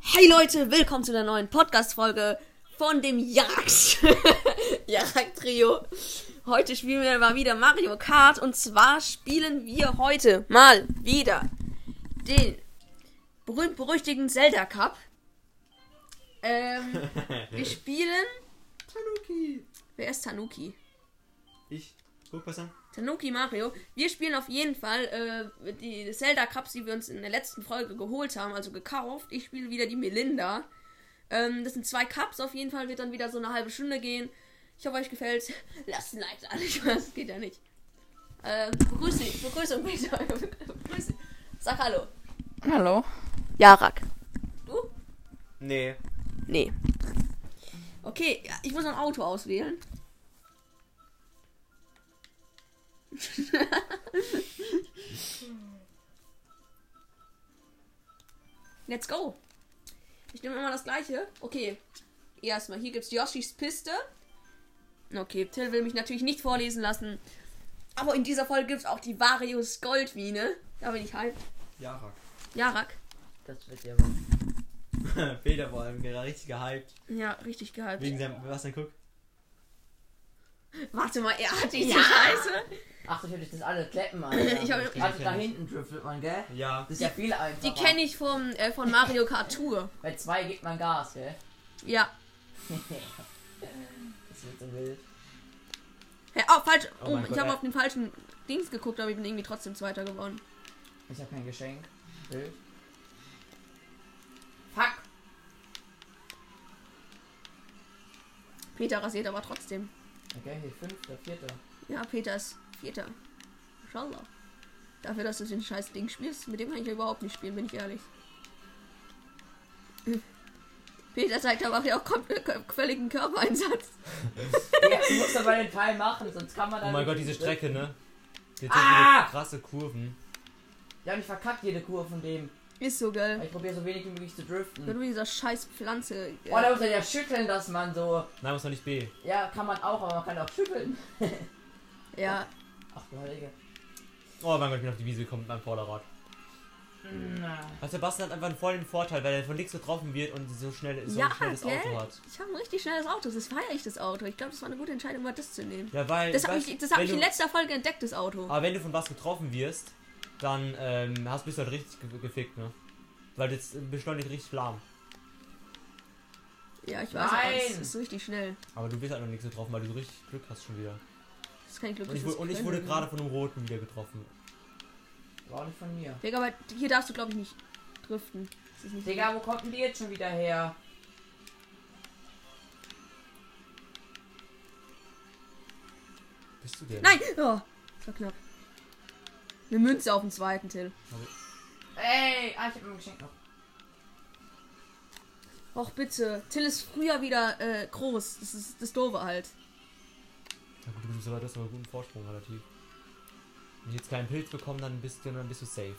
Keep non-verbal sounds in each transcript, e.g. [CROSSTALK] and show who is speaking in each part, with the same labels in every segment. Speaker 1: Hey Leute, willkommen zu der neuen Podcast-Folge von dem Jagd. [LAUGHS] Jagd-Trio. Heute spielen wir mal wieder Mario Kart und zwar spielen wir heute mal wieder den berühmt-berüchtigten Zelda Cup. Ähm, wir spielen.
Speaker 2: Tanuki.
Speaker 1: Wer ist Tanuki?
Speaker 2: Ich. Guck was an.
Speaker 1: Tanuki Mario. Wir spielen auf jeden Fall äh, die Zelda Cups, die wir uns in der letzten Folge geholt haben, also gekauft. Ich spiele wieder die Melinda. Ähm, das sind zwei Cups, auf jeden Fall wird dann wieder so eine halbe Stunde gehen. Ich hoffe, euch gefällt's. Lasst ein Like da, [LAUGHS] ich weiß, das geht ja nicht. Ähm, begrüße, Begrüßung bitte. [LAUGHS] Begrüße. Sag Hallo.
Speaker 3: Hallo.
Speaker 1: Jarak. Du?
Speaker 2: Nee.
Speaker 1: Nee. Okay, ja, ich muss ein Auto auswählen. [LAUGHS] Let's go. Ich nehme immer das gleiche. Okay. Erstmal, hier gibt's Yoshis Piste. Okay, Till will mich natürlich nicht vorlesen lassen. Aber in dieser Folge gibt's auch die Varius Goldmine. Da bin ich hyped.
Speaker 2: [LAUGHS] Jarak.
Speaker 1: Jarak.
Speaker 4: Das wird ja mal.
Speaker 2: Peter vor allem, gerade richtig gehypt.
Speaker 1: Ja, richtig gehypt.
Speaker 2: Wegen seinem. Was denn, guck?
Speaker 1: Warte mal, er hat diese Scheiße.
Speaker 4: Ach, ich hab jetzt das alle Kleppen,
Speaker 1: [LAUGHS]
Speaker 4: Alter.
Speaker 1: Ich hab-
Speaker 4: also, da hinten driftet man, gell?
Speaker 2: Ja.
Speaker 4: Das ist ja viel einfacher.
Speaker 1: Die kenne ich vom, äh, von Mario Kart Tour.
Speaker 4: Bei zwei gibt man Gas, gell?
Speaker 1: Ja.
Speaker 4: Das wird so wild.
Speaker 1: Hey, oh, falsch.
Speaker 2: Oh
Speaker 1: Oh,
Speaker 2: mein
Speaker 1: ich
Speaker 2: Gott,
Speaker 1: habe
Speaker 2: ja.
Speaker 1: auf den falschen Dings geguckt, aber ich bin irgendwie trotzdem Zweiter geworden.
Speaker 4: Ich hab kein Geschenk. Wild. Fuck!
Speaker 1: Peter rasiert aber trotzdem.
Speaker 4: Okay, hier fünfter, vierter.
Speaker 1: Ja, Peter ist Vierter. Inshallah. Dafür, dass du den scheiß Ding spielst, mit dem kann ich ja überhaupt nicht spielen, bin ich ehrlich. [LAUGHS] Peter zeigt aber auch kom- kom- völligen Körpereinsatz.
Speaker 4: Ja, du musst aber den Teil machen, sonst kann man dann.
Speaker 2: Oh mein
Speaker 4: nicht-
Speaker 2: Gott, diese Strecke, ne? Jetzt
Speaker 4: Ah!
Speaker 2: ah! krasse Kurven.
Speaker 4: Ja, und ich verkackt jede Kurve von dem.
Speaker 1: Ist so
Speaker 4: Aber
Speaker 1: geil.
Speaker 4: Ich probiere so wenig wie möglich zu driften.
Speaker 1: Nur mit dieser scheiß Pflanze. äh,
Speaker 4: Oh, da muss man ja schütteln, dass man so.
Speaker 2: Nein, muss noch nicht B.
Speaker 4: Ja, kann man auch, aber man kann auch schütteln.
Speaker 1: ja,
Speaker 4: Ach du Heilige.
Speaker 2: Oh mein Gott, ich bin auf die Wiese gekommen mit meinem Vorderrad.
Speaker 1: Hm,
Speaker 2: Also Sebastian hat einfach einen vollen Vorteil, weil er von links getroffen wird und so schnell so
Speaker 1: Ja,
Speaker 2: ein schnelles
Speaker 1: gell?
Speaker 2: Auto hat.
Speaker 1: ich habe ein richtig schnelles Auto. Das feiere ich, das Auto. Ich glaube, das war eine gute Entscheidung, mal das zu nehmen.
Speaker 2: Ja, weil.
Speaker 1: Das habe
Speaker 2: weißt
Speaker 1: ich,
Speaker 2: du,
Speaker 1: das hab
Speaker 2: wenn
Speaker 1: ich in
Speaker 2: du-
Speaker 1: letzter Folge entdeckt, das Auto.
Speaker 2: Aber wenn du von was getroffen wirst, dann ähm, hast bist du halt richtig ge gefickt, ne? Weil jetzt beschleunigt richtig lahm.
Speaker 1: Ja, ich weiß, aber das
Speaker 4: Nein!
Speaker 1: ist richtig schnell.
Speaker 2: Aber du wirst halt noch nichts getroffen, weil du so richtig Glück hast schon wieder.
Speaker 1: Das ist kein Glück.
Speaker 2: Und ich,
Speaker 1: das
Speaker 2: wu-
Speaker 1: ist
Speaker 2: und ich
Speaker 1: Können.
Speaker 2: wurde gerade von einem Roten wieder getroffen.
Speaker 4: War auch nicht von mir.
Speaker 1: Digga, aber hier darfst du, glaube ich, nicht driften. Das ist nicht
Speaker 4: Digga, wo kommt denn die jetzt schon wieder her?
Speaker 2: Bist du denn?
Speaker 1: Nein! Oh, das war knapp. Eine Münze auf dem zweiten, Till.
Speaker 4: Ey, ah, ich hab mein Geschenk noch.
Speaker 1: Och, bitte. Till ist früher wieder äh, groß. Das ist das Doofe halt.
Speaker 2: Na gut, du bist aber, du hast aber einen guten Vorsprung relativ. Wenn ich jetzt keinen Pilz bekomme, dann bist du, dann bist du safe.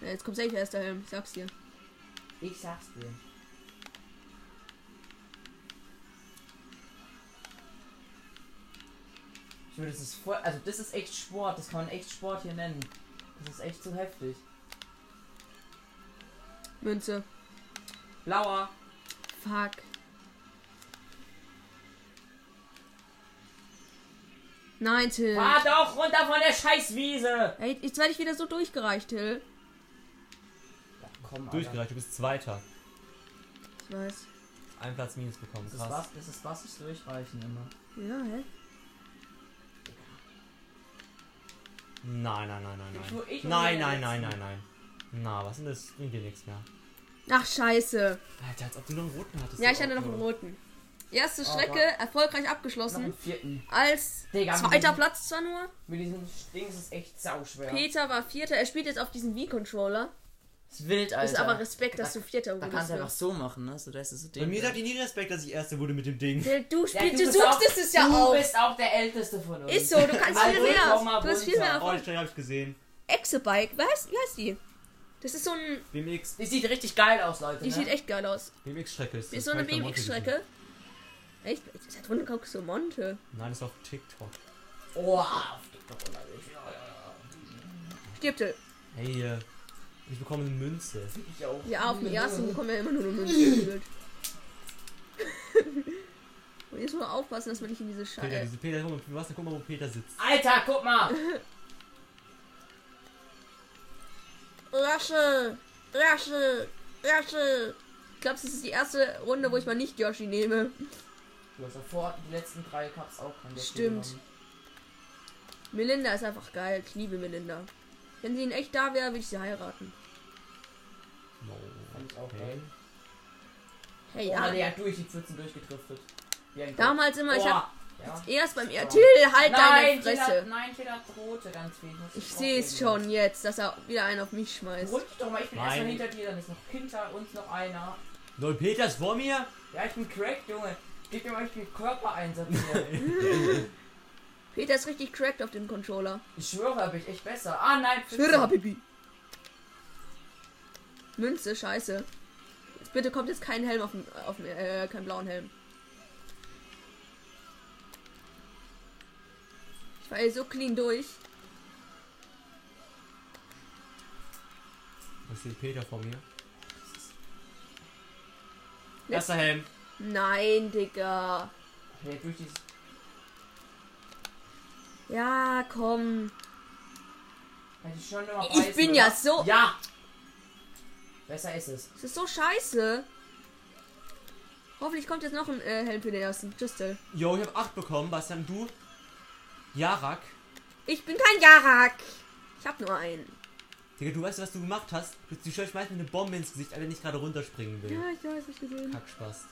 Speaker 1: Ja, jetzt kommt safe erst der Helm. Ich sag's dir.
Speaker 4: Ich sag's dir. Ich würde, das ist voll, also das ist echt Sport, das kann man echt Sport hier nennen. Das ist echt zu heftig.
Speaker 1: Münze.
Speaker 4: Blauer.
Speaker 1: Fuck. Nein, Till.
Speaker 4: Fahr Ah, doch runter von der Scheißwiese!
Speaker 1: Ey, jetzt werde ich wieder so durchgereicht, Till.
Speaker 4: Ja, komm, Alter.
Speaker 2: Durchgereicht, du bist Zweiter.
Speaker 1: Ich weiß.
Speaker 2: Ein Platz minus bekommen,
Speaker 4: Das ist was,
Speaker 2: krass.
Speaker 4: das ist was, das durchreichen immer.
Speaker 1: Ja, hä?
Speaker 2: Nein, nein, nein, nein,
Speaker 4: Ich schwör,
Speaker 2: nein.
Speaker 4: ich bin
Speaker 2: Nein,
Speaker 4: der
Speaker 2: nein, nein,
Speaker 4: Letzte.
Speaker 2: nein, nein. Na, was denn das? Bringt dir nichts mehr.
Speaker 1: Ach, scheiße.
Speaker 2: Alter, als ob du noch einen Roten hattest.
Speaker 1: Ja,
Speaker 2: du
Speaker 1: ich hatte noch
Speaker 2: Auto.
Speaker 1: einen roten. Erste
Speaker 4: Aber-
Speaker 1: Strecke erfolgreich
Speaker 4: Noch einen
Speaker 1: abgeschlossen.
Speaker 4: vierten.
Speaker 1: Als
Speaker 4: Digga,
Speaker 1: zweiter
Speaker 4: mit-
Speaker 1: Platz zwar nur.
Speaker 4: Mit diesem Ding ist es echt sauschwer.
Speaker 1: Peter war vierter. Er spielt jetzt auf diesem Wii-Controller.
Speaker 4: Ist wild, Alter.
Speaker 1: Ist aber Respekt, dass
Speaker 4: Da-
Speaker 1: du vierter
Speaker 4: Da kannst
Speaker 1: wurdest.
Speaker 4: du einfach
Speaker 1: Ja.
Speaker 4: so machen, ne? So, das ist so
Speaker 2: Bei
Speaker 4: dem.
Speaker 2: mir sagt ihr nie Respekt, dass ich Erste wurde mit dem Ding.
Speaker 1: Till, Du,
Speaker 4: Ja,
Speaker 1: spielst, du,
Speaker 4: bist
Speaker 1: suchst
Speaker 4: auch-
Speaker 1: es ja
Speaker 4: Du
Speaker 1: auch.
Speaker 4: bist auch der Älteste von uns.
Speaker 1: Ist so, du kannst
Speaker 4: Mal
Speaker 1: viel mehr.
Speaker 4: runter, mal
Speaker 1: Du hast viel
Speaker 4: runter.
Speaker 1: mehr
Speaker 2: [LAUGHS] Oh,
Speaker 1: Erfolg.
Speaker 2: die Stelle hab ich gesehen.
Speaker 1: Exebike. Was? Wie heißt die? Das ist so ein.
Speaker 2: BMX.
Speaker 4: Die sieht richtig geil aus, Leute.
Speaker 1: Die
Speaker 4: ne?
Speaker 1: sieht echt geil aus.
Speaker 2: BMX-Strecke ist
Speaker 1: Die ist so
Speaker 2: das.
Speaker 1: eine
Speaker 2: Hab ich am Auto gesehen.
Speaker 1: BMX-Strecke. Echt? Seit Runde guckst du Monte.
Speaker 2: Nein, das ist auf TikTok.
Speaker 4: Oh, auf TikTok unterwegs. Ja, ja, ja.
Speaker 1: Stirb, Till.
Speaker 2: Hey, äh, Ich bekomme eine Münze.
Speaker 4: Ich auch.
Speaker 1: Ja, auf dem ersten bekommen wir immer nur eine Münze gefühlt. Und jetzt mal aufpassen, dass man nicht in diese
Speaker 2: Peter,
Speaker 1: Scheiße.
Speaker 2: diese Peter, guck mal, was, guck mal, wo Peter sitzt.
Speaker 4: Alter, guck mal!
Speaker 1: Rasche! Rasche! Rasche! Ich glaube, das ist die erste Runde, wo ich mal nicht Yoshi nehme.
Speaker 4: Du hast ja vor die letzten drei Cups auch kein Deck
Speaker 1: Stimmt.
Speaker 4: genommen.
Speaker 1: Melinda ist einfach geil. Ich liebe Melinda. Wenn sie in echt da wäre, würde ich sie heiraten.
Speaker 2: No.
Speaker 4: Fand ich auch
Speaker 2: Okay.
Speaker 4: geil.
Speaker 1: Hey,
Speaker 4: Ja,
Speaker 1: ja.
Speaker 4: oh, der hat durch die Pfützen durchgetriftet. Wie ein
Speaker 1: Damals immer, ich hab
Speaker 4: Boah. Ja.
Speaker 1: erst beim
Speaker 4: Ja.
Speaker 1: Till, halt
Speaker 4: Oh. Nein,
Speaker 1: deine
Speaker 4: Till hat,
Speaker 1: Fresse.
Speaker 4: nein, Till hat rote ganz viel. Muss
Speaker 1: Ich
Speaker 4: auch
Speaker 1: sehe es
Speaker 4: sehen.
Speaker 1: schon jetzt, dass er wieder einen auf mich schmeißt.
Speaker 4: Beruhig dich doch mal, ich bin
Speaker 2: Nein.
Speaker 4: erstmal hinter dir, dann ist noch hinter uns noch einer.
Speaker 2: Lol, Peter ist vor mir?
Speaker 4: Ja, ich bin Craig, Junge. Gib mir mal viel Körpereinsatz
Speaker 2: [LAUGHS]
Speaker 4: hier.
Speaker 1: Peter ist richtig cracked auf dem Controller.
Speaker 4: ich schwöre, hab ich echt besser. Ah, nein, Pfütze.
Speaker 1: Schwöre, Habibi. Münze, scheiße. Jetzt bitte kommt jetzt kein Helm auf dem, auf dem äh, kein blauen Helm. Ich war hier so clean durch.
Speaker 2: Was ist Peter vor mir?
Speaker 1: Letz-
Speaker 2: Erster Helm.
Speaker 1: Nein, Digga.
Speaker 4: Der durch dieses.
Speaker 1: Ja, komm.
Speaker 4: Kann ich schon immer
Speaker 1: Ich
Speaker 4: beißen,
Speaker 1: bin
Speaker 4: oder?
Speaker 1: ja so-
Speaker 4: Ja! Besser ist es.
Speaker 1: Das ist so scheiße. Hoffentlich kommt jetzt noch ein äh, Helm für den ersten. Tschüss, Till.
Speaker 2: Yo, ich hab 8 bekommen. Bastian, du? Jarak?
Speaker 1: Ich bin kein Jarak. Ich hab nur einen.
Speaker 2: Digga, du weißt, was du gemacht hast? Du, du schmeißt mir eine Bombe ins Gesicht, wenn ich gerade runterspringen will.
Speaker 1: Ja, ich weiß, ich gesehen.
Speaker 2: Kackspaß.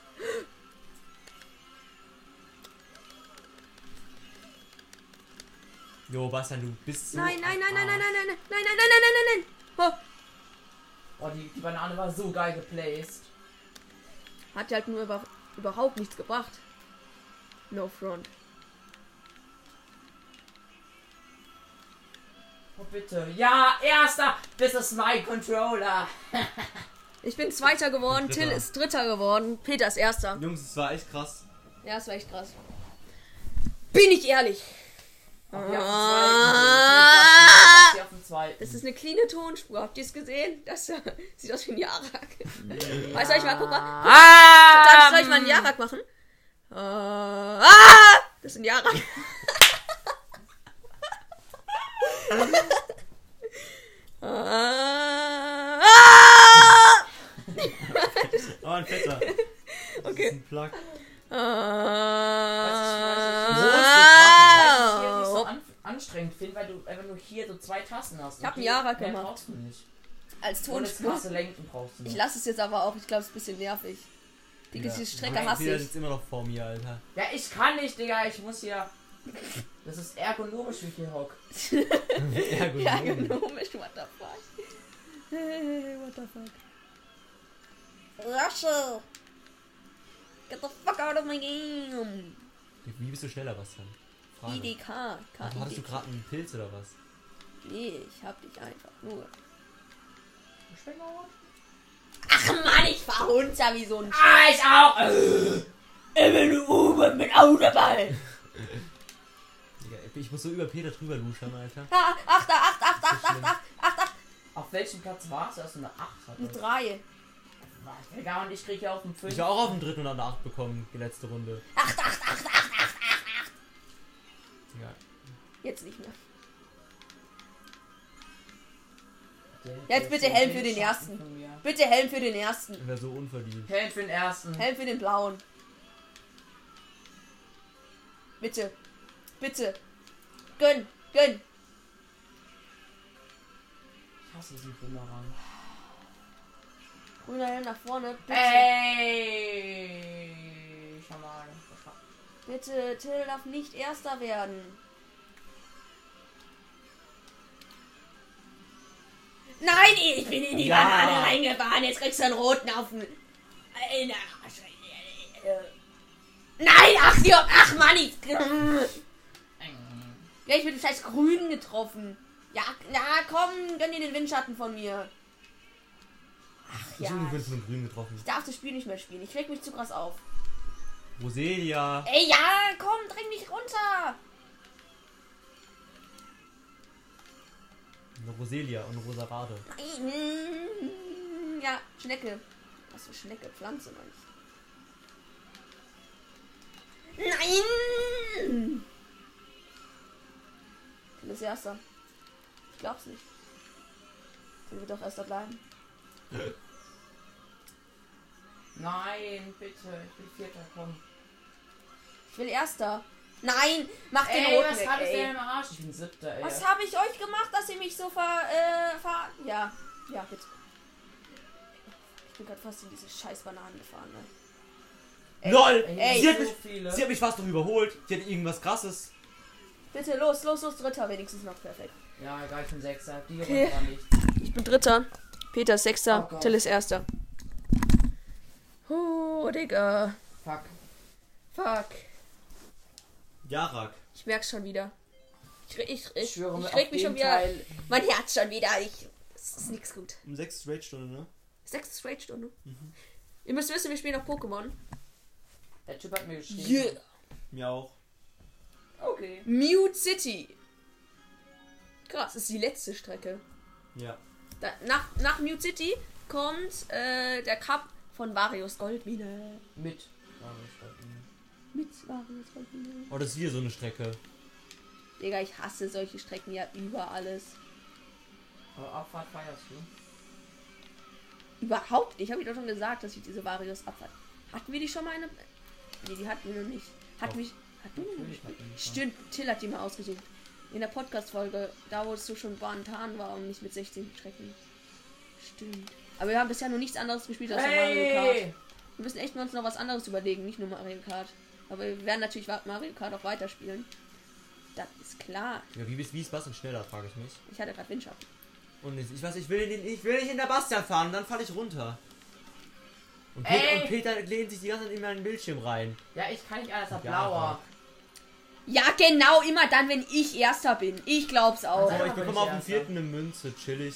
Speaker 2: Jo, Bastian, du bist so.
Speaker 1: Nein, nein, nein, nein, nein,
Speaker 2: am Arsch.
Speaker 1: nein, nein, nein, nein, nein, nein, nein, nein, nein.
Speaker 4: Oh, die, die Banane war so geil geplaced.
Speaker 1: Oh. Hat ja halt nur über, überhaupt nichts gebracht. No front.
Speaker 4: Oh, bitte. Ja, erster! Das ist mein Controller!
Speaker 1: Ich bin Zweiter geworden,
Speaker 2: Dritter.
Speaker 1: Till ist Dritter geworden, Peter ist Erster.
Speaker 2: Ah. Jungs, es war echt krass.
Speaker 1: Ja, das war echt krass. Bin ich ehrlich.
Speaker 2: Ah.
Speaker 4: Auf die auf den zweiten. Auf die auf den zweiten.
Speaker 1: Das ist eine cleane Tonspur. Habt ihr es gesehen? Das [LAUGHS] äh, sieht aus wie ein Jarak. Weißt du, ich mal guck mal.
Speaker 4: Ah!
Speaker 1: Darf, soll ich mal einen Jarak machen? Äh, ah! Das ist ein Jarak. Äh, ah!
Speaker 2: Oh,
Speaker 1: [LAUGHS]
Speaker 2: ein Fetter. Das
Speaker 1: Okay.
Speaker 2: ist ein Plug.
Speaker 4: Weil ich hier nicht so
Speaker 1: Ah!
Speaker 4: an, anstrengend finde, weil du einfach nur hier so zwei Tasten hast.
Speaker 1: Ich hab
Speaker 4: Und
Speaker 1: einen
Speaker 4: die-
Speaker 1: Jarak
Speaker 4: mehr
Speaker 1: gemacht.
Speaker 4: brauchst du nicht.
Speaker 1: Als
Speaker 4: Und das
Speaker 1: Tonspur.
Speaker 4: krasse Lenken brauchst du
Speaker 1: Ich
Speaker 4: nicht.
Speaker 1: lasse es jetzt aber auch. Ich glaube, es ist ein bisschen nervig. Digga,
Speaker 4: Ja.
Speaker 1: diese Strecke
Speaker 2: Nein,
Speaker 1: hasse
Speaker 2: Peter
Speaker 1: ich.
Speaker 2: sitzt immer noch vor mir, Alter.
Speaker 1: [LAUGHS]
Speaker 4: Ja, ich kann nicht, Digga. Ich muss hier... Das ist ergonomisch, wie ich hier hock.
Speaker 2: ja, gut.
Speaker 1: [LAUGHS] Ja, genau. ergonomisch, what the fuck. Mhm. Hey, what the fuck. Russell! Get the fuck out of my game!
Speaker 2: Wie bist du schneller, Bastian? Frage.
Speaker 1: IDK. K
Speaker 2: Ach, hattest du
Speaker 1: IDK.
Speaker 2: gerade einen Pilz oder was?
Speaker 1: Nee, ich hab dich einfach nur.
Speaker 4: Schwimmer?
Speaker 1: Ach Mann, ich fahr runter wie so ein Sch
Speaker 4: Ah, ich auch!
Speaker 1: Ah. Immer nur oben mit Auto dabei!
Speaker 2: Digga, ich muss so über Peter drüber luschern, Alter.
Speaker 1: Ah, acht, acht, acht, acht, acht, acht, acht, acht,
Speaker 4: Auf welchem Platz warst du? Hast du eine 8?
Speaker 1: eine
Speaker 4: Hatte?
Speaker 1: drei.
Speaker 4: Digga, und ich krieg hier auf dem 5.
Speaker 2: Ich war auch auf dem dritten und an der 8 bekommen, die letzte Runde. 8, 8, 8, 8, 8, 8, 8. Ja.
Speaker 1: Jetzt nicht mehr. Jetzt bitte Helm für den ersten. Bitte Helm für den ersten.
Speaker 2: Wäre so unverdient.
Speaker 4: Helm für den ersten.
Speaker 1: Helm für den blauen. Bitte. Bitte. Gönn. Gönn.
Speaker 4: Ich hasse diesen Bumerang.
Speaker 1: Grüner Helm nach vorne. Bitte.
Speaker 4: Ey! Schau mal.
Speaker 1: Bitte. Till darf nicht Erster werden. Nein, ich bin in die
Speaker 2: Ja.
Speaker 1: Banane reingefahren. Jetzt kriegst du einen roten auf den. Ey, na, Arsch. Nein, ach, Jörg, ach, Mann, ich. Ja, ich bin scheiß Grünen getroffen. Ja, na komm, gönn dir den Windschatten von mir. Ach
Speaker 2: Ich
Speaker 1: ja.
Speaker 2: bin
Speaker 1: Ich
Speaker 2: von einem Grünen getroffen.
Speaker 1: darf das Spiel nicht mehr spielen. Ich reg mich zu krass auf.
Speaker 2: Roselia.
Speaker 1: Ey, ja, komm, dräng mich runter.
Speaker 2: Eine Roselia und eine Rosarade.
Speaker 1: Nein. Mm, Ja, Schnecke. Was für Schnecke? Pflanze, meine ich. Nein! Phil ist Erster. Ich glaub's nicht. Phil wird doch Erster bleiben.
Speaker 4: Nein, bitte, ich will Vierter kommen.
Speaker 1: Ich will Erster. Nein! Mach den
Speaker 4: Ey,
Speaker 1: roten
Speaker 4: was
Speaker 1: weg,
Speaker 4: hab ich
Speaker 1: ey.
Speaker 4: denn im Arsch? Ich bin Siebter, ey.
Speaker 1: Was habe ich euch gemacht, dass ihr mich so ver... Äh, ver ja, ja, bitte. Ich bin gerade fast in diese scheiß Bananen gefahren, ne?
Speaker 2: LOL!
Speaker 1: ey,
Speaker 2: sie, hat
Speaker 4: so
Speaker 2: mich,
Speaker 4: viele.
Speaker 2: sie hat mich fast noch überholt. Sie hat irgendwas krasses.
Speaker 1: Bitte, los, los, los, Dritter wenigstens noch, perfekt.
Speaker 4: Ja, egal, ich bin Sechster. Die
Speaker 1: Okay.
Speaker 4: Runde war nicht.
Speaker 1: Ich bin Dritter, Peter ist Sechster,
Speaker 4: Oh Gott.
Speaker 1: Till ist Erster. Oh, Digga.
Speaker 4: Fuck.
Speaker 1: Fuck.
Speaker 2: Jarak.
Speaker 1: Ich merk's schon wieder. Ich, re- ich, ich,
Speaker 4: Ich schwöre
Speaker 1: ich
Speaker 4: mir
Speaker 1: reg
Speaker 4: auf
Speaker 1: mich schon
Speaker 4: jeden
Speaker 1: wieder.
Speaker 4: Teil.
Speaker 1: Mein Herz schon wieder. Ich, es ist nix gut.
Speaker 2: Um sechs Raid-Stunden, ne?
Speaker 1: Sechste Straight-Stunde.
Speaker 4: Mhm.
Speaker 1: Ihr müsst wissen, wir spielen noch Pokémon.
Speaker 4: Der Typ hat mir geschrieben.
Speaker 2: Mir auch.
Speaker 1: Okay. Mute City. Krass, das ist die letzte Strecke.
Speaker 2: Ja.
Speaker 1: Da, nach, nach Mute City kommt äh, der Cup von Varios Goldmine.
Speaker 4: Mit. Ja, das war gut.
Speaker 1: Mit Varios Goldmine.
Speaker 2: Oh, das ist wieder so eine Strecke.
Speaker 1: Digga, ich hasse solche Strecken ja über alles.
Speaker 4: Aber Abfahrt feierst
Speaker 1: Hm.
Speaker 4: du.
Speaker 1: Überhaupt nicht. Hab ich doch schon gesagt, dass ich diese Varios abfahrt. Hatten wir die schon mal eine. Nee, die hatten wir noch nicht. Hatten
Speaker 2: Doch.
Speaker 1: wir. Hatten wir noch
Speaker 4: Natürlich
Speaker 1: nicht.
Speaker 4: hat er nicht
Speaker 1: Stimmt, Till hat die mal ausgesucht. In der Podcast-Folge, da wo es so schon Bantan war und nicht mit 16 Strecken. Stimmt. Aber wir haben bisher noch nichts anderes gespielt als Mario Kart.
Speaker 4: Hey!
Speaker 1: Wir müssen echt mal uns noch was anderes überlegen, nicht nur Mario Kart. Aber wir werden natürlich wa- Mario Kart auch weiterspielen. Das ist klar.
Speaker 2: Ja, wie bist wie ist Bastian schneller, frage ich mich.
Speaker 1: Ich hatte gerade Windschatten.
Speaker 2: Und ich, ich weiß, ich will, den, ich will nicht in der Bastian fahren, dann falle ich runter. Und Peter,
Speaker 4: Ey!
Speaker 2: und Peter lehnt sich die ganze Zeit in meinen Bildschirm rein.
Speaker 4: Ja, ich kann nicht anders als
Speaker 2: Ja,
Speaker 4: blauer.
Speaker 2: aber-
Speaker 1: Ja, genau, immer dann, wenn ich Erster bin. Ich glaub's auch.
Speaker 4: Sag
Speaker 2: Aber
Speaker 4: mal,
Speaker 2: ich
Speaker 4: bin
Speaker 2: bekomme
Speaker 4: ich
Speaker 2: auf dem
Speaker 4: Erster.
Speaker 2: vierten eine Münze, chillig.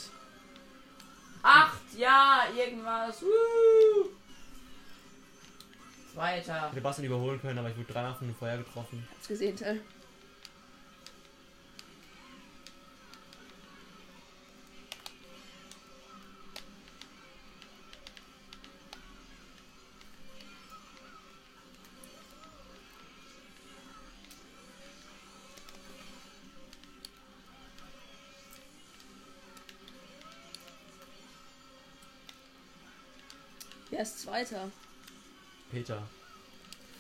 Speaker 4: Acht, ja, irgendwas. Woo! Zweiter.
Speaker 2: Ich hätte Bastian überholen können, aber ich wurde dreimal von dem Feuer getroffen.
Speaker 1: Hab's gesehen, Till. Wer ist Zweiter?
Speaker 2: Peter.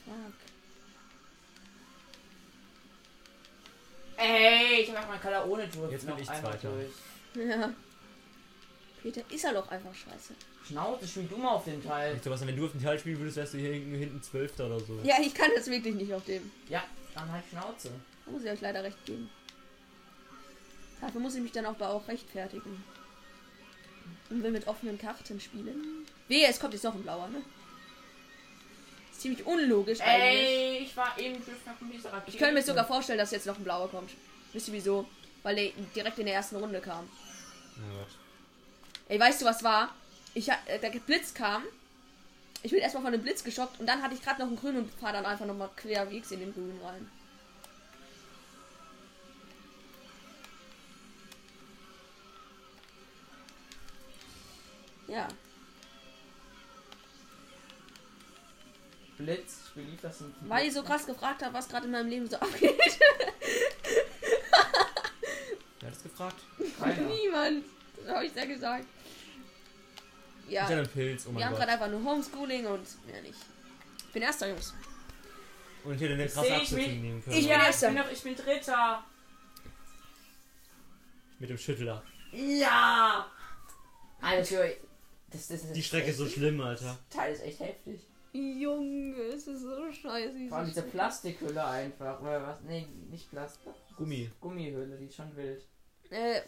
Speaker 1: Fuck.
Speaker 4: Ey, ich mach mal Color ohne Tour.
Speaker 2: Jetzt bin ich Zweiter.
Speaker 1: Ja. Peter ist halt auch einfach scheiße.
Speaker 4: Schnauze, spiel du mal auf den Teil.
Speaker 2: Ich so, Bastian, wenn du auf dem Teil spielen würdest, wärst du hier hinten, hinten Zwölfter oder so.
Speaker 1: Ja, ich kann das wirklich nicht auf dem.
Speaker 4: Ja, dann halt Schnauze.
Speaker 1: Da muss ich euch leider recht geben. Dafür muss ich mich dann auch bei auch rechtfertigen. Und will mit offenen Karten spielen. Wehe, es kommt jetzt noch ein blauer, ne? Ist ziemlich unlogisch eigentlich.
Speaker 4: Ey, ich war eben geschnappt mit dieser Rakete.
Speaker 1: Ich könnte mir sogar vorstellen, dass jetzt noch ein blauer kommt. Wisst ihr wieso? Weil er direkt in der ersten Runde kam.
Speaker 2: Oh Gott.
Speaker 1: Ey, weißt du, was war? Ich, ha- äh, der Blitz kam. Ich bin erstmal von dem Blitz geschockt und dann hatte ich gerade noch einen grünen und fahre dann einfach nochmal querwegs in den grünen rein. Ja,
Speaker 4: Blitz, ich belief das nicht.
Speaker 1: weil ich so krass gefragt habe, was gerade in meinem Leben so [LAUGHS] abgeht.
Speaker 2: Wer hat das gefragt?
Speaker 4: Keiner.
Speaker 1: Niemand. Das habe ich da gesagt. Ja,
Speaker 2: Ich hatte einen Pilz, oh
Speaker 1: wir
Speaker 2: mein
Speaker 1: haben
Speaker 2: Gott.
Speaker 1: gerade einfach nur Homeschooling und mehr nicht. Ich bin erster, Jungs.
Speaker 2: Und ich hätte eine krasse
Speaker 4: Seh ich
Speaker 2: Abkürzung
Speaker 4: mich?
Speaker 2: nehmen können.
Speaker 1: Ich-
Speaker 4: Ja, ich
Speaker 1: Erster.
Speaker 4: bin noch, ich bin Dritter.
Speaker 2: Mit dem Schüttler.
Speaker 4: Ja! Also, das, das, das
Speaker 2: Die Strecke ist so schlimm, Alter. [LAUGHS]
Speaker 4: Teil ist echt heftig.
Speaker 1: Junge, es ist so scheiße.
Speaker 4: Vor allem diese Plastikhülle einfach, oder was? Nee, nicht Plastik.
Speaker 2: Gummi.
Speaker 1: Äh, also äh,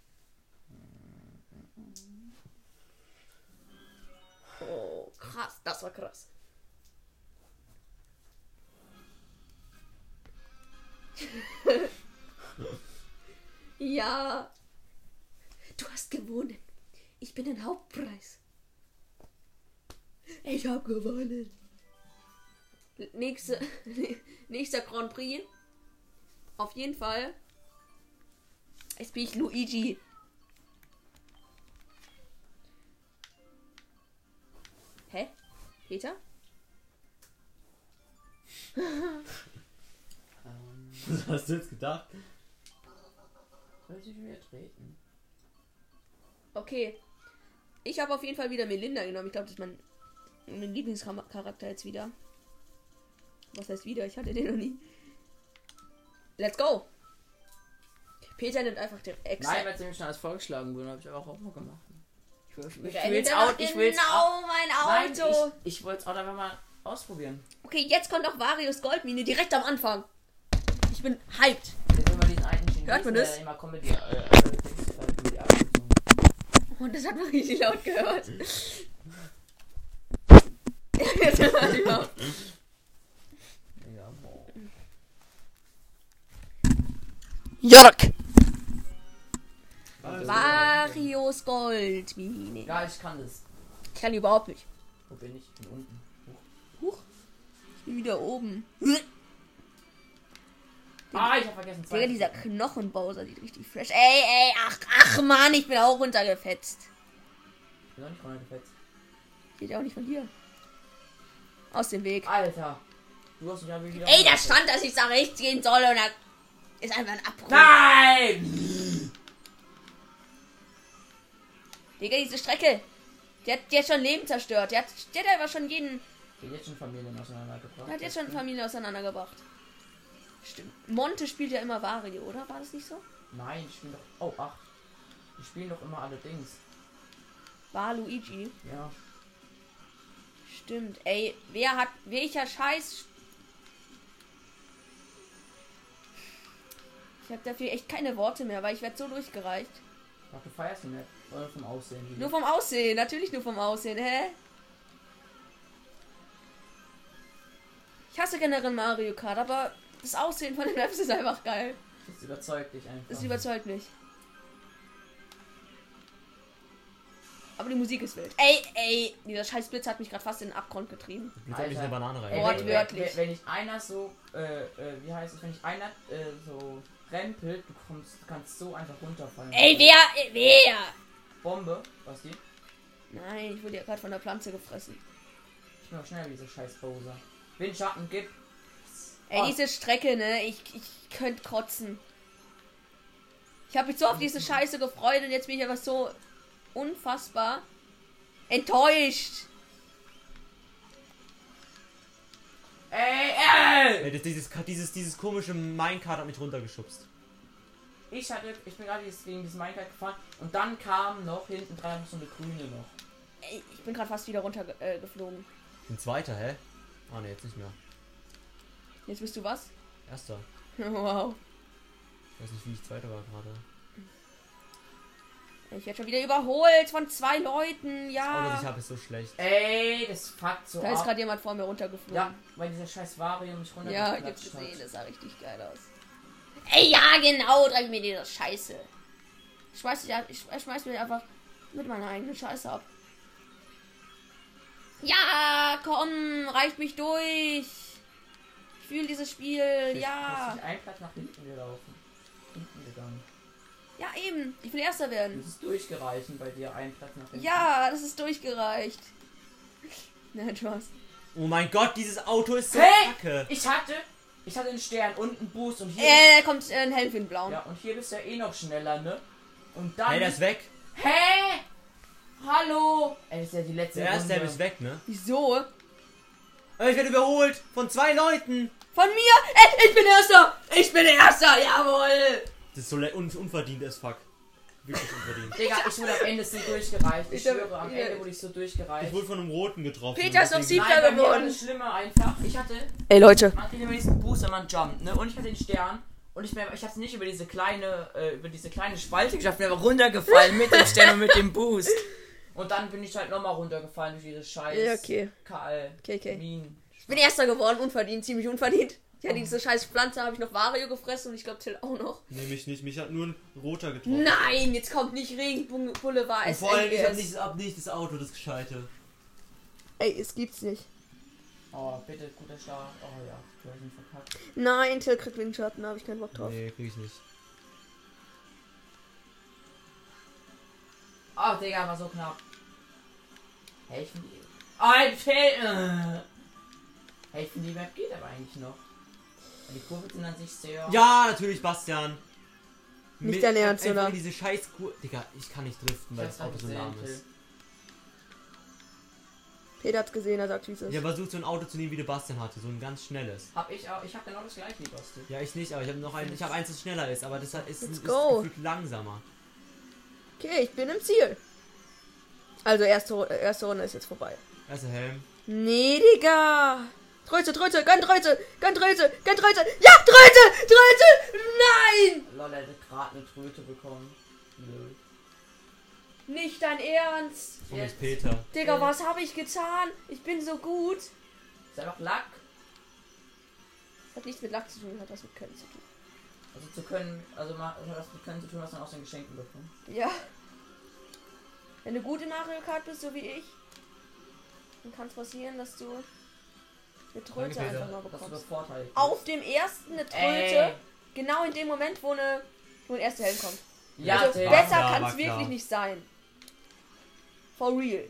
Speaker 1: [LAUGHS] Oh, [LAUGHS] Ich hab gewonnen. Nächste, [LAUGHS] nächster Grand Prix. Auf jeden Fall. Jetzt bin ich Luigi. Hä? Peter?
Speaker 4: Ähm,
Speaker 2: Was hast du jetzt gedacht?
Speaker 4: soll ich dich wieder treten?
Speaker 1: Okay. Ich habe auf jeden Fall wieder Melinda genommen. Ich glaube, das ist mein, mein Lieblingscharakter jetzt wieder. Was heißt wieder? Ich hatte den noch nie. Let's go! Peter nimmt einfach den Ex.
Speaker 4: Nein, weil es nämlich schon alles vorgeschlagen wurde, habe ich aber auch mal gemacht. Ich will, ich will
Speaker 1: Peter nimmt
Speaker 4: jetzt
Speaker 1: einfach
Speaker 4: out, ich will jetzt out.
Speaker 1: genau mein
Speaker 4: Nein,
Speaker 1: Auto.
Speaker 4: ich, ich wollte es auch einfach mal ausprobieren.
Speaker 1: okay, jetzt kommt auch Varios Goldmine direkt am Anfang. Ich bin hyped.
Speaker 4: Jetzt immer diesen alten Chinesen,
Speaker 1: Hört man das?
Speaker 4: der immer kommt mit die, äh, äh, Dings, äh, mit die Augen so.
Speaker 1: Und Oh, das hat man richtig laut [LAUGHS] gehört. jetzt hört man laut. Äh,
Speaker 4: Ja, boah.
Speaker 3: Jark!
Speaker 4: Also,
Speaker 1: Varios Goldmine.
Speaker 4: Ja, ich kann das.
Speaker 1: Ich kann die überhaupt nicht.
Speaker 4: Wo bin ich? Bin unten. Hoch.
Speaker 1: Huch. Ich bin wieder oben.
Speaker 4: Ah, ich habe vergessen. zwei.
Speaker 1: Digga, dieser Knochenbowser sieht richtig fresh. Ey, ey, ach, ach, Mann, ich bin auch runtergefetzt.
Speaker 4: Ich bin noch nicht reingefetzt.
Speaker 1: Geht auch nicht von dir. Aus dem Weg.
Speaker 4: Alter. Du hast mich ja wieder.
Speaker 1: Ey, da stand, dass ich da rechts gehen soll und da ist einfach ein Abbruch.
Speaker 4: Nein!
Speaker 1: Digga, diese Strecke. Die hat, die hat schon Leben zerstört. Die hat, die hat einfach schon jeden.
Speaker 4: Geht jetzt schon Familien auseinandergebracht.
Speaker 1: Die hat jetzt schon Familie auseinandergebracht. Stimmt. Monte spielt ja immer Wario, oder? War das nicht so?
Speaker 4: Nein, ich spiele doch. Oh, ach. Die spielen doch immer alle Dings.
Speaker 1: War Luigi.
Speaker 4: Ja.
Speaker 1: Stimmt. Ey, wer hat. Welcher Scheiß. Ich habe dafür echt keine Worte mehr, weil ich werde so durchgereicht.
Speaker 4: Ach, du feierst ihn nicht. Oder vom Aussehen. hier.
Speaker 1: Nur vom Aussehen, natürlich nur vom Aussehen, hä? Ich hasse generell Mario Kart, aber das Aussehen von den Maps ist einfach geil.
Speaker 4: Das überzeugt dich einfach.
Speaker 1: Das überzeugt mich. Aber die Musik ist wild. Ey, ey, dieser scheiß Blitz hat mich gerade fast in den Abgrund getrieben.
Speaker 2: Jetzt hab ich
Speaker 4: Alter.
Speaker 2: eine Banane
Speaker 4: Ey,
Speaker 2: rein.
Speaker 4: wenn,
Speaker 1: wortwörtlich.
Speaker 4: wenn, wenn ich einer so, äh, äh, wie heißt es, wenn ich einer äh, so rempelt, du kommst, kannst so einfach runterfallen. Also
Speaker 1: Ey, wer, ey, wer?
Speaker 4: Bombe, was die?
Speaker 1: Nein, ich wurde ja gerade von der Pflanze gefressen.
Speaker 4: Ich bin auch schneller wie diese scheiß Bowser. Windschatten gibt.
Speaker 1: Ey,
Speaker 4: Oh.
Speaker 1: diese Strecke, ne? Ich, ich könnte kotzen. Ich habe mich so auf diese Scheiße gefreut und jetzt bin ich einfach so unfassbar enttäuscht.
Speaker 4: Ey, ey!
Speaker 2: Ey, Äh, das, dieses, dieses, dieses komische Minecart hat mich runtergeschubst.
Speaker 4: Ich hatte, ich bin gerade jetzt gegen diesen Minecraft gefahren und dann kam noch hinten dran so eine grüne noch.
Speaker 1: Ey, ich bin gerade fast wieder runtergeflogen. Äh, geflogen.
Speaker 2: Ein zweiter, hä? Ah ne, jetzt nicht mehr.
Speaker 1: jetzt bist du was? [LAUGHS]
Speaker 2: Erster.
Speaker 1: wow.
Speaker 2: Ich weiß nicht, wie ich zweiter war gerade. Oh
Speaker 1: Ich werde schon wieder überholt von zwei Leuten.
Speaker 2: Das Auto, das ich
Speaker 1: Ja.
Speaker 2: habe, ist so schlecht.
Speaker 4: Ey, das fuckt so
Speaker 1: Da ist
Speaker 4: ab.
Speaker 1: gerade jemand vor mir runtergeflogen.
Speaker 4: Ja, weil dieser scheiß Vario mich
Speaker 1: Ja, ich
Speaker 4: runtergeklatscht
Speaker 1: hab's gesehen,
Speaker 4: hat.
Speaker 1: das sah richtig geil aus. Ey, ja, genau, dreck mir diese Scheiße. Ich schmeiß, dich, ab- ich schmeiß mich einfach mit meiner eigenen Scheiße ab. Ja, komm, reicht mich durch. Ich fühle dieses Spiel,
Speaker 4: Ich
Speaker 1: ja.
Speaker 4: bin ein Platz nach hinten gelaufen. Hinten gegangen.
Speaker 1: Ja, eben, ich will Erster
Speaker 4: Du
Speaker 1: werden.
Speaker 4: bist durchgereichen bei dir, ein Platz nach hinten.
Speaker 1: Ja, das ist durchgereicht. [LAUGHS] Nein, Spaß.
Speaker 2: Oh mein Gott, dieses Auto ist so
Speaker 4: Hey!
Speaker 2: kacke.
Speaker 4: Ich hatte, ich hatte einen Stern und einen Boost und hier,
Speaker 1: Äh, da kommt äh, ein Helfin Blauen.
Speaker 4: ja, und hier bist du ja eh noch schneller, ne? Und dann,
Speaker 2: Hey, der ist weg.
Speaker 4: Hä? hallo, ey, das ist ja die letzte
Speaker 2: Der erste
Speaker 4: Runde.
Speaker 2: Helm ist weg, ne?
Speaker 1: Wieso?
Speaker 2: Ey, Ich werde überholt von zwei Leuten.
Speaker 1: Von mir? Ey, ich bin Erster! Ich bin Erster, jawohl!
Speaker 2: Das ist so le- un unverdient as fuck. Wirklich unverdient.
Speaker 4: Digga, ich wurde am Ende so durchgereicht. Ich
Speaker 1: Ich hab-
Speaker 4: schwöre, am
Speaker 1: ja.
Speaker 4: Ende wurde ich so
Speaker 2: Ich
Speaker 4: durchgereicht.
Speaker 2: wurde von einem Roten getroffen.
Speaker 1: Peter ist
Speaker 2: Deswegen-
Speaker 1: auf Sieg-
Speaker 4: Nein, bei mir war
Speaker 1: geworden.
Speaker 4: das Schlimme einfach. Ich hatte,
Speaker 1: Ey, Leute.
Speaker 4: man kriegt immer diesen Boost, wenn man jumpt, ne? Und ich hatte den Stern. Und ich, bin- ich hab's nicht über diese kleine, äh, über diese kleine Spalte geschafft, bin aber runtergefallen mit dem Stern und mit dem Boost. Und dann bin ich halt nochmal runtergefallen durch diese scheiß
Speaker 1: Ja, okay.
Speaker 4: Karl
Speaker 1: Okay, okay.
Speaker 4: Minen.
Speaker 1: Ich bin Erster geworden, unverdient, ziemlich unverdient. Ja, diese scheiß Pflanze habe ich noch Vario gefressen und ich glaube Till auch noch.
Speaker 2: Nee, mich nicht. Mich hat nur ein Roter getroffen.
Speaker 1: Nein, jetzt kommt nicht Regenboulevard.
Speaker 2: Und vor allem, ich hab
Speaker 1: SNES.
Speaker 2: nicht, hab nicht das Auto, das Gescheite.
Speaker 1: Ey, es gibt's nicht.
Speaker 4: Oh, bitte, guter Start. Oh ja, du hast ihn verkackt.
Speaker 1: Nein, Till kriegt Windschatten, da habe ich keinen Bock drauf.
Speaker 2: Nee, krieg ich nicht.
Speaker 4: Oh, Digga, war so knapp. Helfen die. Oh, äh. Fail. Helfen die Map geht aber eigentlich noch. Und die Kurven sind an sich sehr.
Speaker 2: Ja, natürlich, Bastian.
Speaker 1: Nicht
Speaker 2: Mit-
Speaker 1: dein Ernst,
Speaker 2: einfach
Speaker 1: oder?
Speaker 2: Diese scheiß Kur. Digga, ich kann nicht driften,
Speaker 4: Ich
Speaker 2: weil
Speaker 4: hab's
Speaker 2: das Auto so
Speaker 4: gesehen,
Speaker 2: lahm ist.
Speaker 4: Till.
Speaker 1: Peter hat's gesehen, er sagt, wie es ist.
Speaker 2: Ich habe versucht, so ein Auto zu nehmen, wie der Bastian hatte. So ein ganz schnelles.
Speaker 4: Hab ich auch. Ich hab genau das gleiche wie Basti.
Speaker 2: Ja, ich nicht, aber ich habe noch ein, ich habe eins, das schneller ist, aber das hat- ist,
Speaker 1: Let's
Speaker 2: ist
Speaker 1: go.
Speaker 2: gefühlt langsamer.
Speaker 1: Okay, ich bin im Ziel. Also, erste, Ru- äh, erste Runde ist jetzt vorbei.
Speaker 2: Erster Helm.
Speaker 1: Nee, Digga. Tröte, Tröte, gönn Tröte, gönn Tröte, gönn Tröte. Ja, Tröte, Tröte, nein!
Speaker 4: Lol, er hätte gerade eine Tröte bekommen. Nö.
Speaker 1: Nicht dein Ernst.
Speaker 2: Und
Speaker 4: Jetzt.
Speaker 2: ist Peter.
Speaker 1: Digga,
Speaker 4: Äh.
Speaker 1: was habe ich getan? Ich bin so gut.
Speaker 4: Ist einfach Lack.
Speaker 1: Das hat nichts mit Lack zu tun, hat was mit Können zu tun.
Speaker 4: Also zu können, also ma- das hat was mit können zu tun, was man aus den Geschenken bekommt.
Speaker 1: Ja. Wenn du gut in Mario Kart bist, so wie ich, dann kann es passieren, dass du eine Tröte
Speaker 2: Danke, Peter.
Speaker 1: einfach mal
Speaker 4: Das ist
Speaker 1: bekommst.
Speaker 4: bevorteilt.
Speaker 1: Auf dem ersten eine Tröte,
Speaker 4: Ey.
Speaker 1: genau in dem Moment, wo eine wo ein erster Helm kommt.
Speaker 4: Ja,
Speaker 1: also
Speaker 4: Digga.
Speaker 1: besser
Speaker 2: Ja,
Speaker 1: kann
Speaker 2: war
Speaker 1: es
Speaker 2: klar.
Speaker 1: wirklich nicht sein. For real.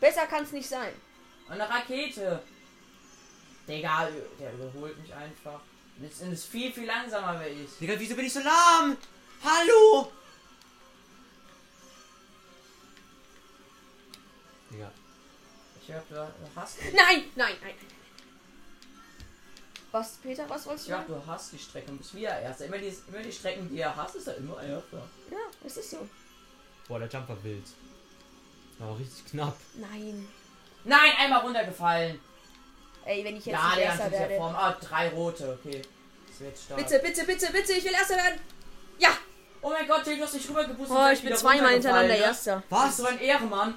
Speaker 1: Besser kann es nicht sein.
Speaker 4: Und eine Rakete. Digga, der überholt mich einfach. Und Jetzt sind es viel, viel langsamer wie ich.
Speaker 2: Digga, wieso bin ich so lahm? Hallo! Digga.
Speaker 4: Ich hab du du hast die,
Speaker 1: Nein, nein, nein. nein. Was, Peter, was wolltest
Speaker 4: ich
Speaker 1: du
Speaker 4: glaub,
Speaker 1: sagen?
Speaker 4: du hast die Strecke und bist wieder Erster. Immer die, immer die Strecken, die er hasst, ist er immer Erster.
Speaker 1: Ja, es ist so.
Speaker 2: Boah, der Jump war wild. Aber richtig knapp.
Speaker 1: Nein.
Speaker 4: Nein, einmal runtergefallen.
Speaker 1: Ey, wenn ich jetzt
Speaker 4: ja,
Speaker 1: nicht
Speaker 4: der
Speaker 1: erster
Speaker 4: ganze
Speaker 1: werde.
Speaker 4: Form. Ah, drei rote, okay. Das wird stark.
Speaker 1: Bitte, bitte, bitte, bitte, ich will erster werden. Ja.
Speaker 4: Oh mein Gott, Till, du hast dich rübergeboostet.
Speaker 1: Oh, ich bin zweimal hintereinander
Speaker 4: erst.
Speaker 1: erster.
Speaker 4: Was? ne? So ein Ehrenmann.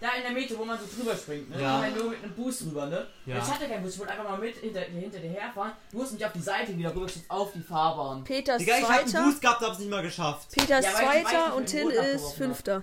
Speaker 4: Da in der Mitte, wo man so drüber springt, ne?
Speaker 2: Ja.
Speaker 4: Ja. nur mit einem Boost rüber, ne?
Speaker 2: Ja.
Speaker 4: Ich hatte keinen Boost, ich wollte einfach mal mit hinter, hinter dir herfahren. Du musst mich auf die Seite wieder rüber, schießt auf die Fahrbahn.
Speaker 1: Peter ist
Speaker 2: Digga, ich hab einen
Speaker 1: zweiter.
Speaker 2: Boost gehabt, hab's nicht mal geschafft.
Speaker 1: Peter ist
Speaker 4: Ja, weil ich weiß nicht,
Speaker 1: zweiter und
Speaker 4: wer den
Speaker 1: Till
Speaker 4: Boden
Speaker 1: ist
Speaker 4: abgeworfen hat.
Speaker 1: fünfter.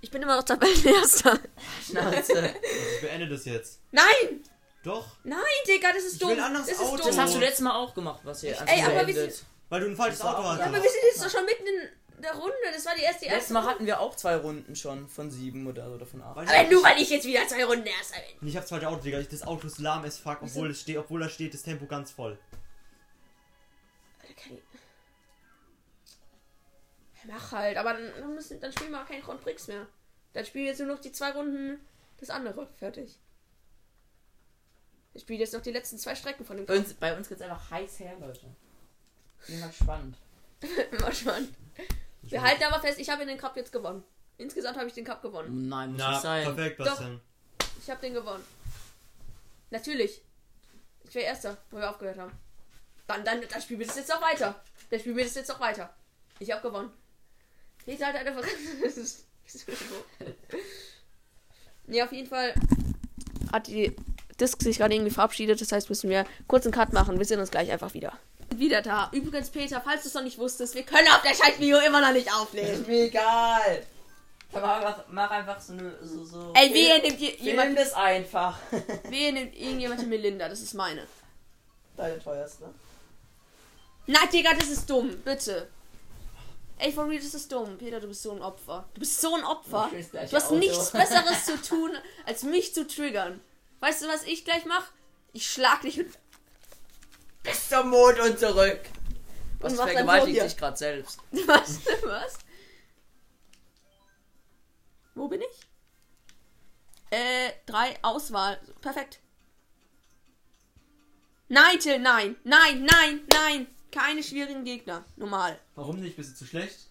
Speaker 1: Ich bin immer noch Tabellenerster.
Speaker 4: [LAUGHS] Schnauze.
Speaker 2: Ich beende das jetzt.
Speaker 1: Nein!
Speaker 2: Doch,
Speaker 1: Nein, Digga, das ist
Speaker 2: will
Speaker 1: dumm.
Speaker 2: ein anderes
Speaker 1: das ist
Speaker 2: Auto.
Speaker 1: dumm.
Speaker 4: das hast du letztes Mal auch gemacht, was hier
Speaker 1: Ey, aber wir
Speaker 4: endet.
Speaker 1: sind-
Speaker 2: weil du ein falsches
Speaker 4: Das war
Speaker 2: Auto
Speaker 4: auch-
Speaker 1: Ja,
Speaker 2: hattest.
Speaker 1: aber wir sind jetzt doch schon mitten in der Runde. Das war die erste, die
Speaker 4: Letztes
Speaker 1: erste.
Speaker 4: Mal hatten wir auch zwei Runden schon von sieben oder, oder von acht.
Speaker 2: Weil
Speaker 1: Aber
Speaker 2: ich-
Speaker 1: nur weil ich jetzt wieder zwei Runden erster bin.
Speaker 2: Ich hab's zweite Auto, Digga. Ich, das Auto ist lahm as fuck, obwohl, es steht, obwohl da steht, das Tempo ganz voll.
Speaker 1: Okay. Mach halt, aber dann, dann, müssen, dann spielen wir auch keinen Grand Prix mehr. Dann spielen wir jetzt nur noch die zwei Runden das andere. Fertig. Ich spiele jetzt noch die letzten zwei Strecken von dem
Speaker 4: Bei uns, bei uns geht's einfach heiß her, Leute. Bin mal gespannt.
Speaker 1: Immer spannend. Wir halten aber fest, ich habe in den Cup jetzt gewonnen. Insgesamt habe ich den Cup gewonnen.
Speaker 4: Oh Nein, muss
Speaker 2: Na, perfekt,
Speaker 1: Doch.
Speaker 2: Bastian.
Speaker 1: Ich habe den gewonnen. Natürlich. Ich wäre Erster, wo wir aufgehört haben. Dann, dann, dann spielen wir das jetzt noch weiter. Dann spielen wir das jetzt noch weiter. Ich habe gewonnen. Peter hat einfach. [LAUGHS] das ist, das ist so. Nee, auf jeden Fall hat die Disk sich gerade irgendwie verabschiedet. Das heißt, müssen wir kurz einen Cut machen. Wir sehen uns gleich einfach wieder. Wieder da. Übrigens, Peter, falls du es noch nicht wusstest, wir können auf der scheiß Video immer noch nicht aufnehmen.
Speaker 4: Ist mir egal. Komm, Mach einfach, mach einfach so, ne- so, so.
Speaker 1: Ey, wehe, nimmt je-
Speaker 4: Film
Speaker 1: jemand,
Speaker 4: das einfach. [LAUGHS]
Speaker 1: wehe, nimmt irgendjemand die Melinda, das ist meine.
Speaker 4: Deine teuerste.
Speaker 1: Na, Digga, das ist dumm, bitte. Ey, for real, das ist dumm. Peter, du bist so ein Opfer. Du bist so ein Opfer.
Speaker 4: Ich weiß gleich
Speaker 1: Du hast
Speaker 4: Auto.
Speaker 1: nichts Besseres zu tun, als mich zu triggern. Weißt du, was ich gleich mache? Ich schlag dich und
Speaker 4: [LAUGHS] Bis zum Mond und zurück. Was
Speaker 1: Und mach dann
Speaker 4: vergewaltigt
Speaker 1: vor dir.
Speaker 4: sich gerade selbst?
Speaker 1: [LAUGHS] Was? Was? Wo bin ich? Äh, drei, Auswahl. Perfekt. Nein, Till, nein. Nein, nein, nein. Keine schwierigen Gegner. Normal.
Speaker 2: Warum nicht? Bist du zu schlecht?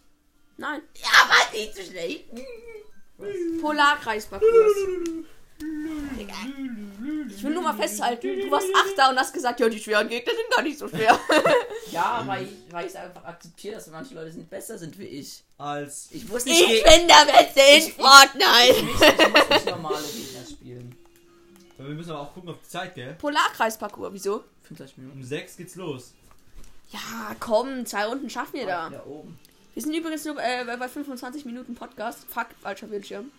Speaker 1: Nein. Ja, aber nicht so schlecht. Polarkreisparcours. Digga. Ich will nur mal festhalten, du warst Achter und hast gesagt, ja, die schweren Gegner sind gar nicht so schwer.
Speaker 4: Ja, weil ich weil ich einfach akzeptiere, dass manche Leute sind besser sind wie ich.
Speaker 2: Als.
Speaker 4: Ich muss nicht,
Speaker 1: [LAUGHS] Ich
Speaker 4: gegen,
Speaker 1: bin der Beste in Fortnite.
Speaker 4: ich muss nicht normale Gegner spielen.
Speaker 2: Wir müssen aber auch gucken auf die Zeit, gell?
Speaker 1: Polarkreisparcours, wieso?
Speaker 4: 25 Minuten.
Speaker 2: Um 6 geht's los.
Speaker 1: Ja, komm, zwei Runden schaffen wir da.
Speaker 4: Da oben.
Speaker 1: [LAUGHS] Wir sind übrigens nur äh, bei 25 Minuten Podcast. Fuck, falscher Bildschirm.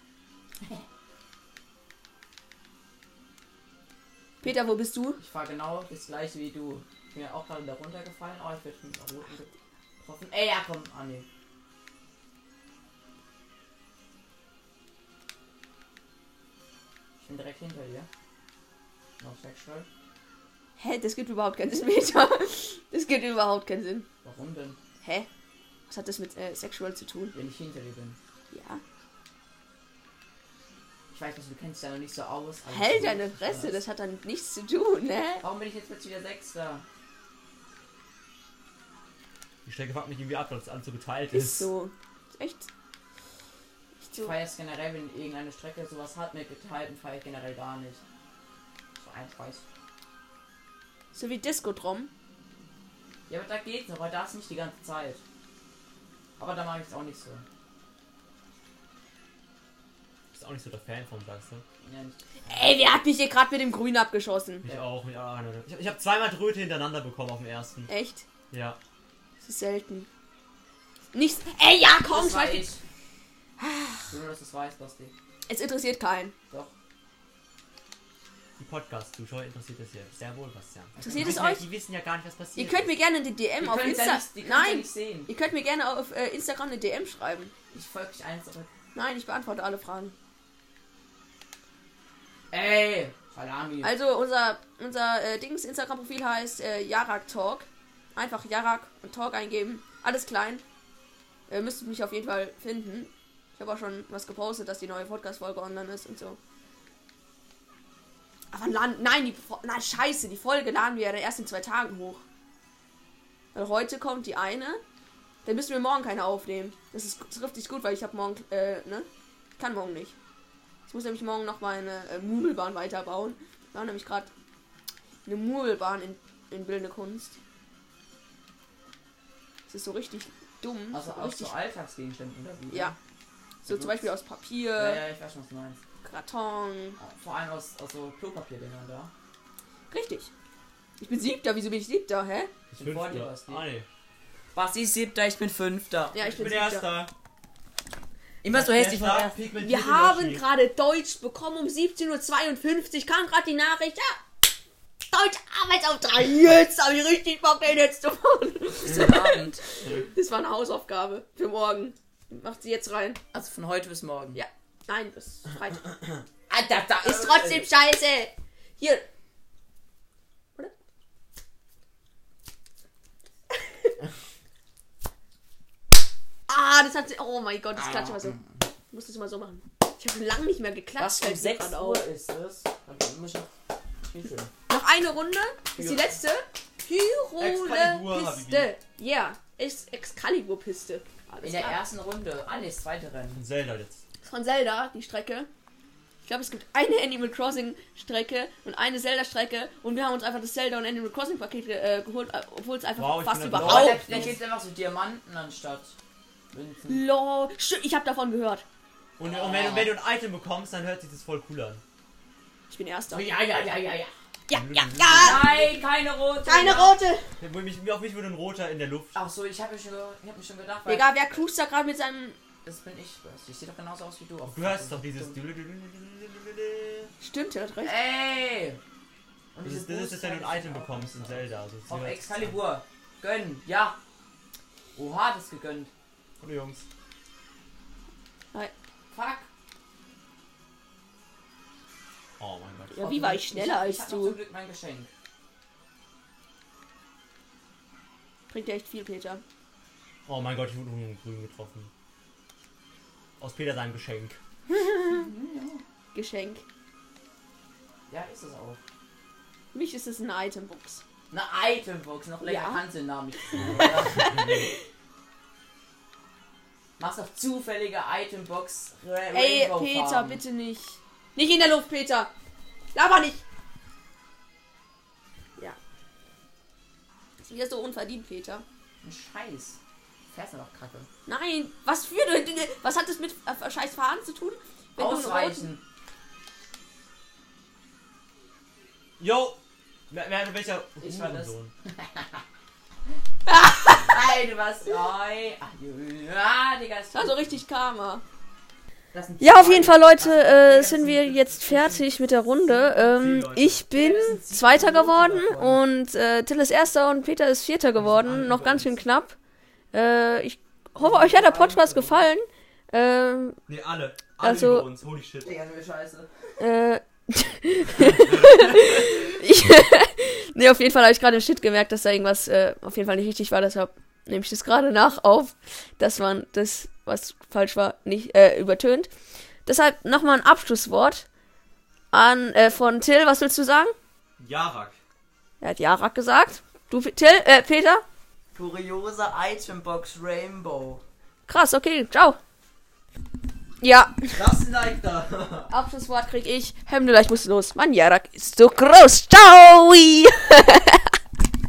Speaker 1: Peter, wo bist du?
Speaker 4: Ich war genau das gleiche wie du. Ich bin ja auch gerade da runtergefallen. Oh, ich werde mit einer roten getroffen. Ey, ja, komm. Ah, nee. Ich bin direkt hinter dir. Noch sexual.
Speaker 1: Hä, das gibt überhaupt keinen Sinn, Peter. Das gibt überhaupt keinen Sinn.
Speaker 4: Warum denn?
Speaker 1: Hä? Was hat das mit äh, Sexual zu tun?
Speaker 4: Wenn ich hinter dir bin.
Speaker 1: Ja.
Speaker 4: Ich weiß nicht, du kennst ja noch nicht so aus. aber
Speaker 1: Hell
Speaker 4: ich-
Speaker 1: deine Fresse, das hat damit nichts zu tun, ne?
Speaker 4: Warum bin ich jetzt plötzlich wieder Sechster?
Speaker 2: Die Strecke fuckt mich irgendwie ab, weil das alles so geteilt ist.
Speaker 1: Ist so. Ist echt. Echt
Speaker 4: Ich
Speaker 1: so.
Speaker 4: fahre jetzt generell, wenn irgendeine Strecke sowas hat mit geteilten, fahre ich generell gar nicht. So ein Scheiß.
Speaker 1: So wie Disco-Drum.
Speaker 4: Ja, aber da geht's noch, aber da ist nicht die ganze Zeit. Aber da mache ich es auch nicht so.
Speaker 2: Ist auch nicht so der Fan vom sagst du?
Speaker 4: Ja, nicht.
Speaker 1: Ey, wer hat mich hier gerade mit dem Grün abgeschossen?
Speaker 2: Mich
Speaker 4: Ja.
Speaker 2: auch, mich auch. Ich habe ich hab zweimal Tröte hintereinander bekommen auf dem ersten.
Speaker 1: Echt?
Speaker 2: Ja.
Speaker 1: Das ist selten. Nichts. Ey, ja, komm,
Speaker 4: das war
Speaker 1: scheiße.
Speaker 4: ich.
Speaker 1: Ah.
Speaker 4: Du nur, dass du es weißt, Basti.
Speaker 1: Es interessiert keinen.
Speaker 4: Doch.
Speaker 2: Die Podcast-Zuschauer interessiert das hier. Sehr wohl, Bastian.
Speaker 1: Interessiert
Speaker 2: Die
Speaker 1: es
Speaker 2: wissen ja-
Speaker 1: euch?
Speaker 2: Die wissen ja gar nicht, was passiert.
Speaker 1: Ihr könnt mir gerne eine DM
Speaker 4: Die
Speaker 1: auf
Speaker 4: können's
Speaker 1: Insta.
Speaker 4: ja nicht- die können's ja
Speaker 1: Nein!
Speaker 4: nicht sehen.
Speaker 1: Ihr könnt mir gerne auf äh, Instagram eine DM schreiben.
Speaker 4: Ich folge dich eins zurück.
Speaker 1: Nein, ich beantworte alle Fragen.
Speaker 4: Ey! Salami.
Speaker 1: Also unser unser äh, Dings Instagram-Profil heißt äh, Jarak Talk. Einfach Jarak und Talk eingeben. Alles klein. Äh, müsstet mich auf jeden Fall finden. Ich habe auch schon was gepostet, dass die neue Podcast-Folge online ist und so. Aber laden, nein, die, Fo- nein, scheiße, die Folge laden wir ja dann erst in zwei Tagen hoch. Weil heute kommt die eine, dann müssen wir morgen keine aufnehmen. Das ist das trifft sich gut, weil ich habe morgen, äh, ne? Ich kann morgen nicht. Ich muss nämlich morgen noch meine äh, Murmelbahn weiterbauen. Wir haben nämlich gerade eine Murmelbahn in, in Bildende Kunst. Das ist so richtig dumm.
Speaker 4: Also
Speaker 1: so
Speaker 4: aus
Speaker 1: richtig,
Speaker 4: so Alltagsgegenständen oder wie?
Speaker 1: Ja. so zum Beispiel aus Papier,
Speaker 4: Ja, ja, ich weiß schon, was du meinst.
Speaker 1: Karton.
Speaker 4: Vor allem aus, aus so Klopapierdingern da.
Speaker 1: Richtig. Ich bin siebter, wieso bin ich siebter, hä?
Speaker 2: Ich
Speaker 4: bin vor dir,
Speaker 2: Fünfter.
Speaker 4: Basti.
Speaker 2: Ah, nee.
Speaker 4: Basti ist siebter, ich bin fünfter.
Speaker 1: Ja, ich
Speaker 2: Ich bin
Speaker 1: bin
Speaker 2: der
Speaker 1: siebter.
Speaker 2: Erster.
Speaker 4: Immer so hässlich
Speaker 2: Der Schlag
Speaker 4: war
Speaker 2: pigmentiert
Speaker 1: Wir
Speaker 2: den
Speaker 1: haben
Speaker 2: Yoshi.
Speaker 1: gerade Deutsch bekommen um 17.52 Uhr. Kam gerade die Nachricht, ja. Deutsch Arbeitsauftrag. Jetzt habe ich richtig Bock, den jetzt zu machen.
Speaker 4: Abend.
Speaker 1: Das war eine Hausaufgabe für morgen. Macht sie jetzt rein.
Speaker 4: Also von heute bis morgen.
Speaker 1: Ja. Nein, bis Freitag.
Speaker 4: Alter, da
Speaker 1: Ist trotzdem scheiße. Hier. Oder? [LAUGHS] ah, das hat sie. Oh mein Gott, das klatscht immer so. Ich muss das immer so machen. Ich habe lange nicht mehr geklatscht.
Speaker 4: Was um
Speaker 1: fällt mir
Speaker 4: 6
Speaker 1: gerade
Speaker 4: Uhr
Speaker 1: auf.
Speaker 4: ist es? Dann muss ich noch. Schnittchen.
Speaker 1: Noch eine Runde ist die letzte. Pyrole-Piste.
Speaker 2: Excalibur,
Speaker 1: Ja, ist Excalibur-Piste. Alles
Speaker 4: In der
Speaker 1: klar.
Speaker 4: ersten Runde. Ah, nee, das zweite Rennen.
Speaker 2: Zelda jetzt.
Speaker 1: Von Zelda, die Strecke. Ich glaube, es gibt eine Animal Crossing-Strecke und eine Zelda-Strecke. Und wir haben uns einfach das Zelda und Animal Crossing-Paket äh, geholt, äh, obwohl es einfach
Speaker 2: Wow, ich
Speaker 1: fast
Speaker 2: bin
Speaker 1: überhaupt
Speaker 2: entlassen.
Speaker 4: Aber
Speaker 2: Au!
Speaker 4: da,
Speaker 1: nicht
Speaker 4: da gibt's einfach so Diamanten anstatt Münzen.
Speaker 1: Lol. Stimmt, Ich habe davon gehört.
Speaker 2: Und, und wenn, du- wenn du ein Item bekommst, dann hört sich das voll cool an.
Speaker 1: Ich bin Erster.
Speaker 4: Ja, ja, ja, ja, ja.
Speaker 1: Ja, ja, ja.
Speaker 4: Nein, keine rote.
Speaker 1: Keine
Speaker 4: ja.
Speaker 1: rote.
Speaker 2: Wo mich- Auf mich würde ein roter in der Luft.
Speaker 4: Ach so, ich habe mir, schon ge- ich hab mir schon gedacht, weil
Speaker 1: Egal, wer cruist da gerade mit seinem...
Speaker 4: das bin ich. Basti. Ich sehe doch genauso aus wie du.
Speaker 2: Du hörst doch dieses.
Speaker 4: Dumm.
Speaker 1: Stimmt, der hat recht.
Speaker 4: Ey! Und
Speaker 2: Das ist, das ist es, wenn du ein Item bekommst in Zelda. Also, das
Speaker 4: Auf
Speaker 2: gehört-
Speaker 4: Excalibur. Gönnen, ja. Oha, das gegönnt.
Speaker 2: Hallo Jungs.
Speaker 1: Nein.
Speaker 4: Fuck.
Speaker 2: Oh mein Gott.
Speaker 1: Ja, wie war ich schneller
Speaker 4: ich,
Speaker 1: als
Speaker 4: Ich hab noch zum
Speaker 1: du?
Speaker 4: Glück mein Geschenk.
Speaker 1: Bringt ja echt viel, Peter.
Speaker 2: Oh mein Gott, ich wurde von Grün getroffen. Aus Peter seinem Geschenk.
Speaker 1: Geschenk.
Speaker 4: Ja, ist es auch.
Speaker 1: Für mich ist es eine Itembox.
Speaker 4: Eine Itembox, noch länger
Speaker 1: Ja.
Speaker 4: kannst du den
Speaker 1: [LAUGHS]
Speaker 4: Namen nicht. sagen, oder? Machst auf zufällige Itembox. Ra-
Speaker 1: Ey,
Speaker 4: Rainbow
Speaker 1: Peter,
Speaker 4: Farben.
Speaker 1: bitte nicht. Nicht in der Luft, Peter. Laber nicht. Ja. Ist wieder so unverdient, Peter.
Speaker 4: Ein Scheiß. Fährst du doch kacke.
Speaker 1: Nein, was für eine Dinge? Was hat das mit äh, scheiß Fahren zu tun? Wenn du einen roten-
Speaker 4: Ausweichen.
Speaker 2: Yo! Wer, wer welcher?
Speaker 4: Ich war das.
Speaker 2: Hurensohn.
Speaker 4: Alter, was? Oi. Ach, ja, Digga, ist
Speaker 1: Das war so richtig Karma.
Speaker 4: Das sind
Speaker 1: Also- Ja, auf jeden
Speaker 4: zwei.
Speaker 1: Fall, Leute, äh,
Speaker 4: Das
Speaker 1: sind wir
Speaker 4: sind-
Speaker 1: jetzt fertig mit der Runde. Ähm, ich bin Zweiter geworden und äh, Till ist Erster und Peter ist Vierter geworden. Noch ganz schön knapp. Äh, ich hoffe, euch hat der Podcast gefallen. Ähm,
Speaker 2: Nee, alle. Alle
Speaker 1: Also-
Speaker 2: also, über uns. Holy shit.
Speaker 4: Digga, nur Scheiße.
Speaker 1: äh, [LAUGHS] ich, nee, auf jeden Fall habe ich gerade im Shit gemerkt, dass da irgendwas äh, auf jeden Fall nicht richtig war. Deshalb nehme ich das gerade nach auf, dass man das, was falsch war, nicht äh, übertönt. Deshalb nochmal ein Abschlusswort an äh, von Till. Was willst du sagen?
Speaker 2: Jarak.
Speaker 1: Er hat Jarak gesagt. Du, Till, äh, Peter?
Speaker 4: Kuriose Itembox Rainbow.
Speaker 1: Krass, okay, ciao. Ja,
Speaker 2: Lass ein Like da.
Speaker 1: Abschlusswort krieg ich. Hemdela, ich muss los. Mein Jarak ist so groß. Ciao!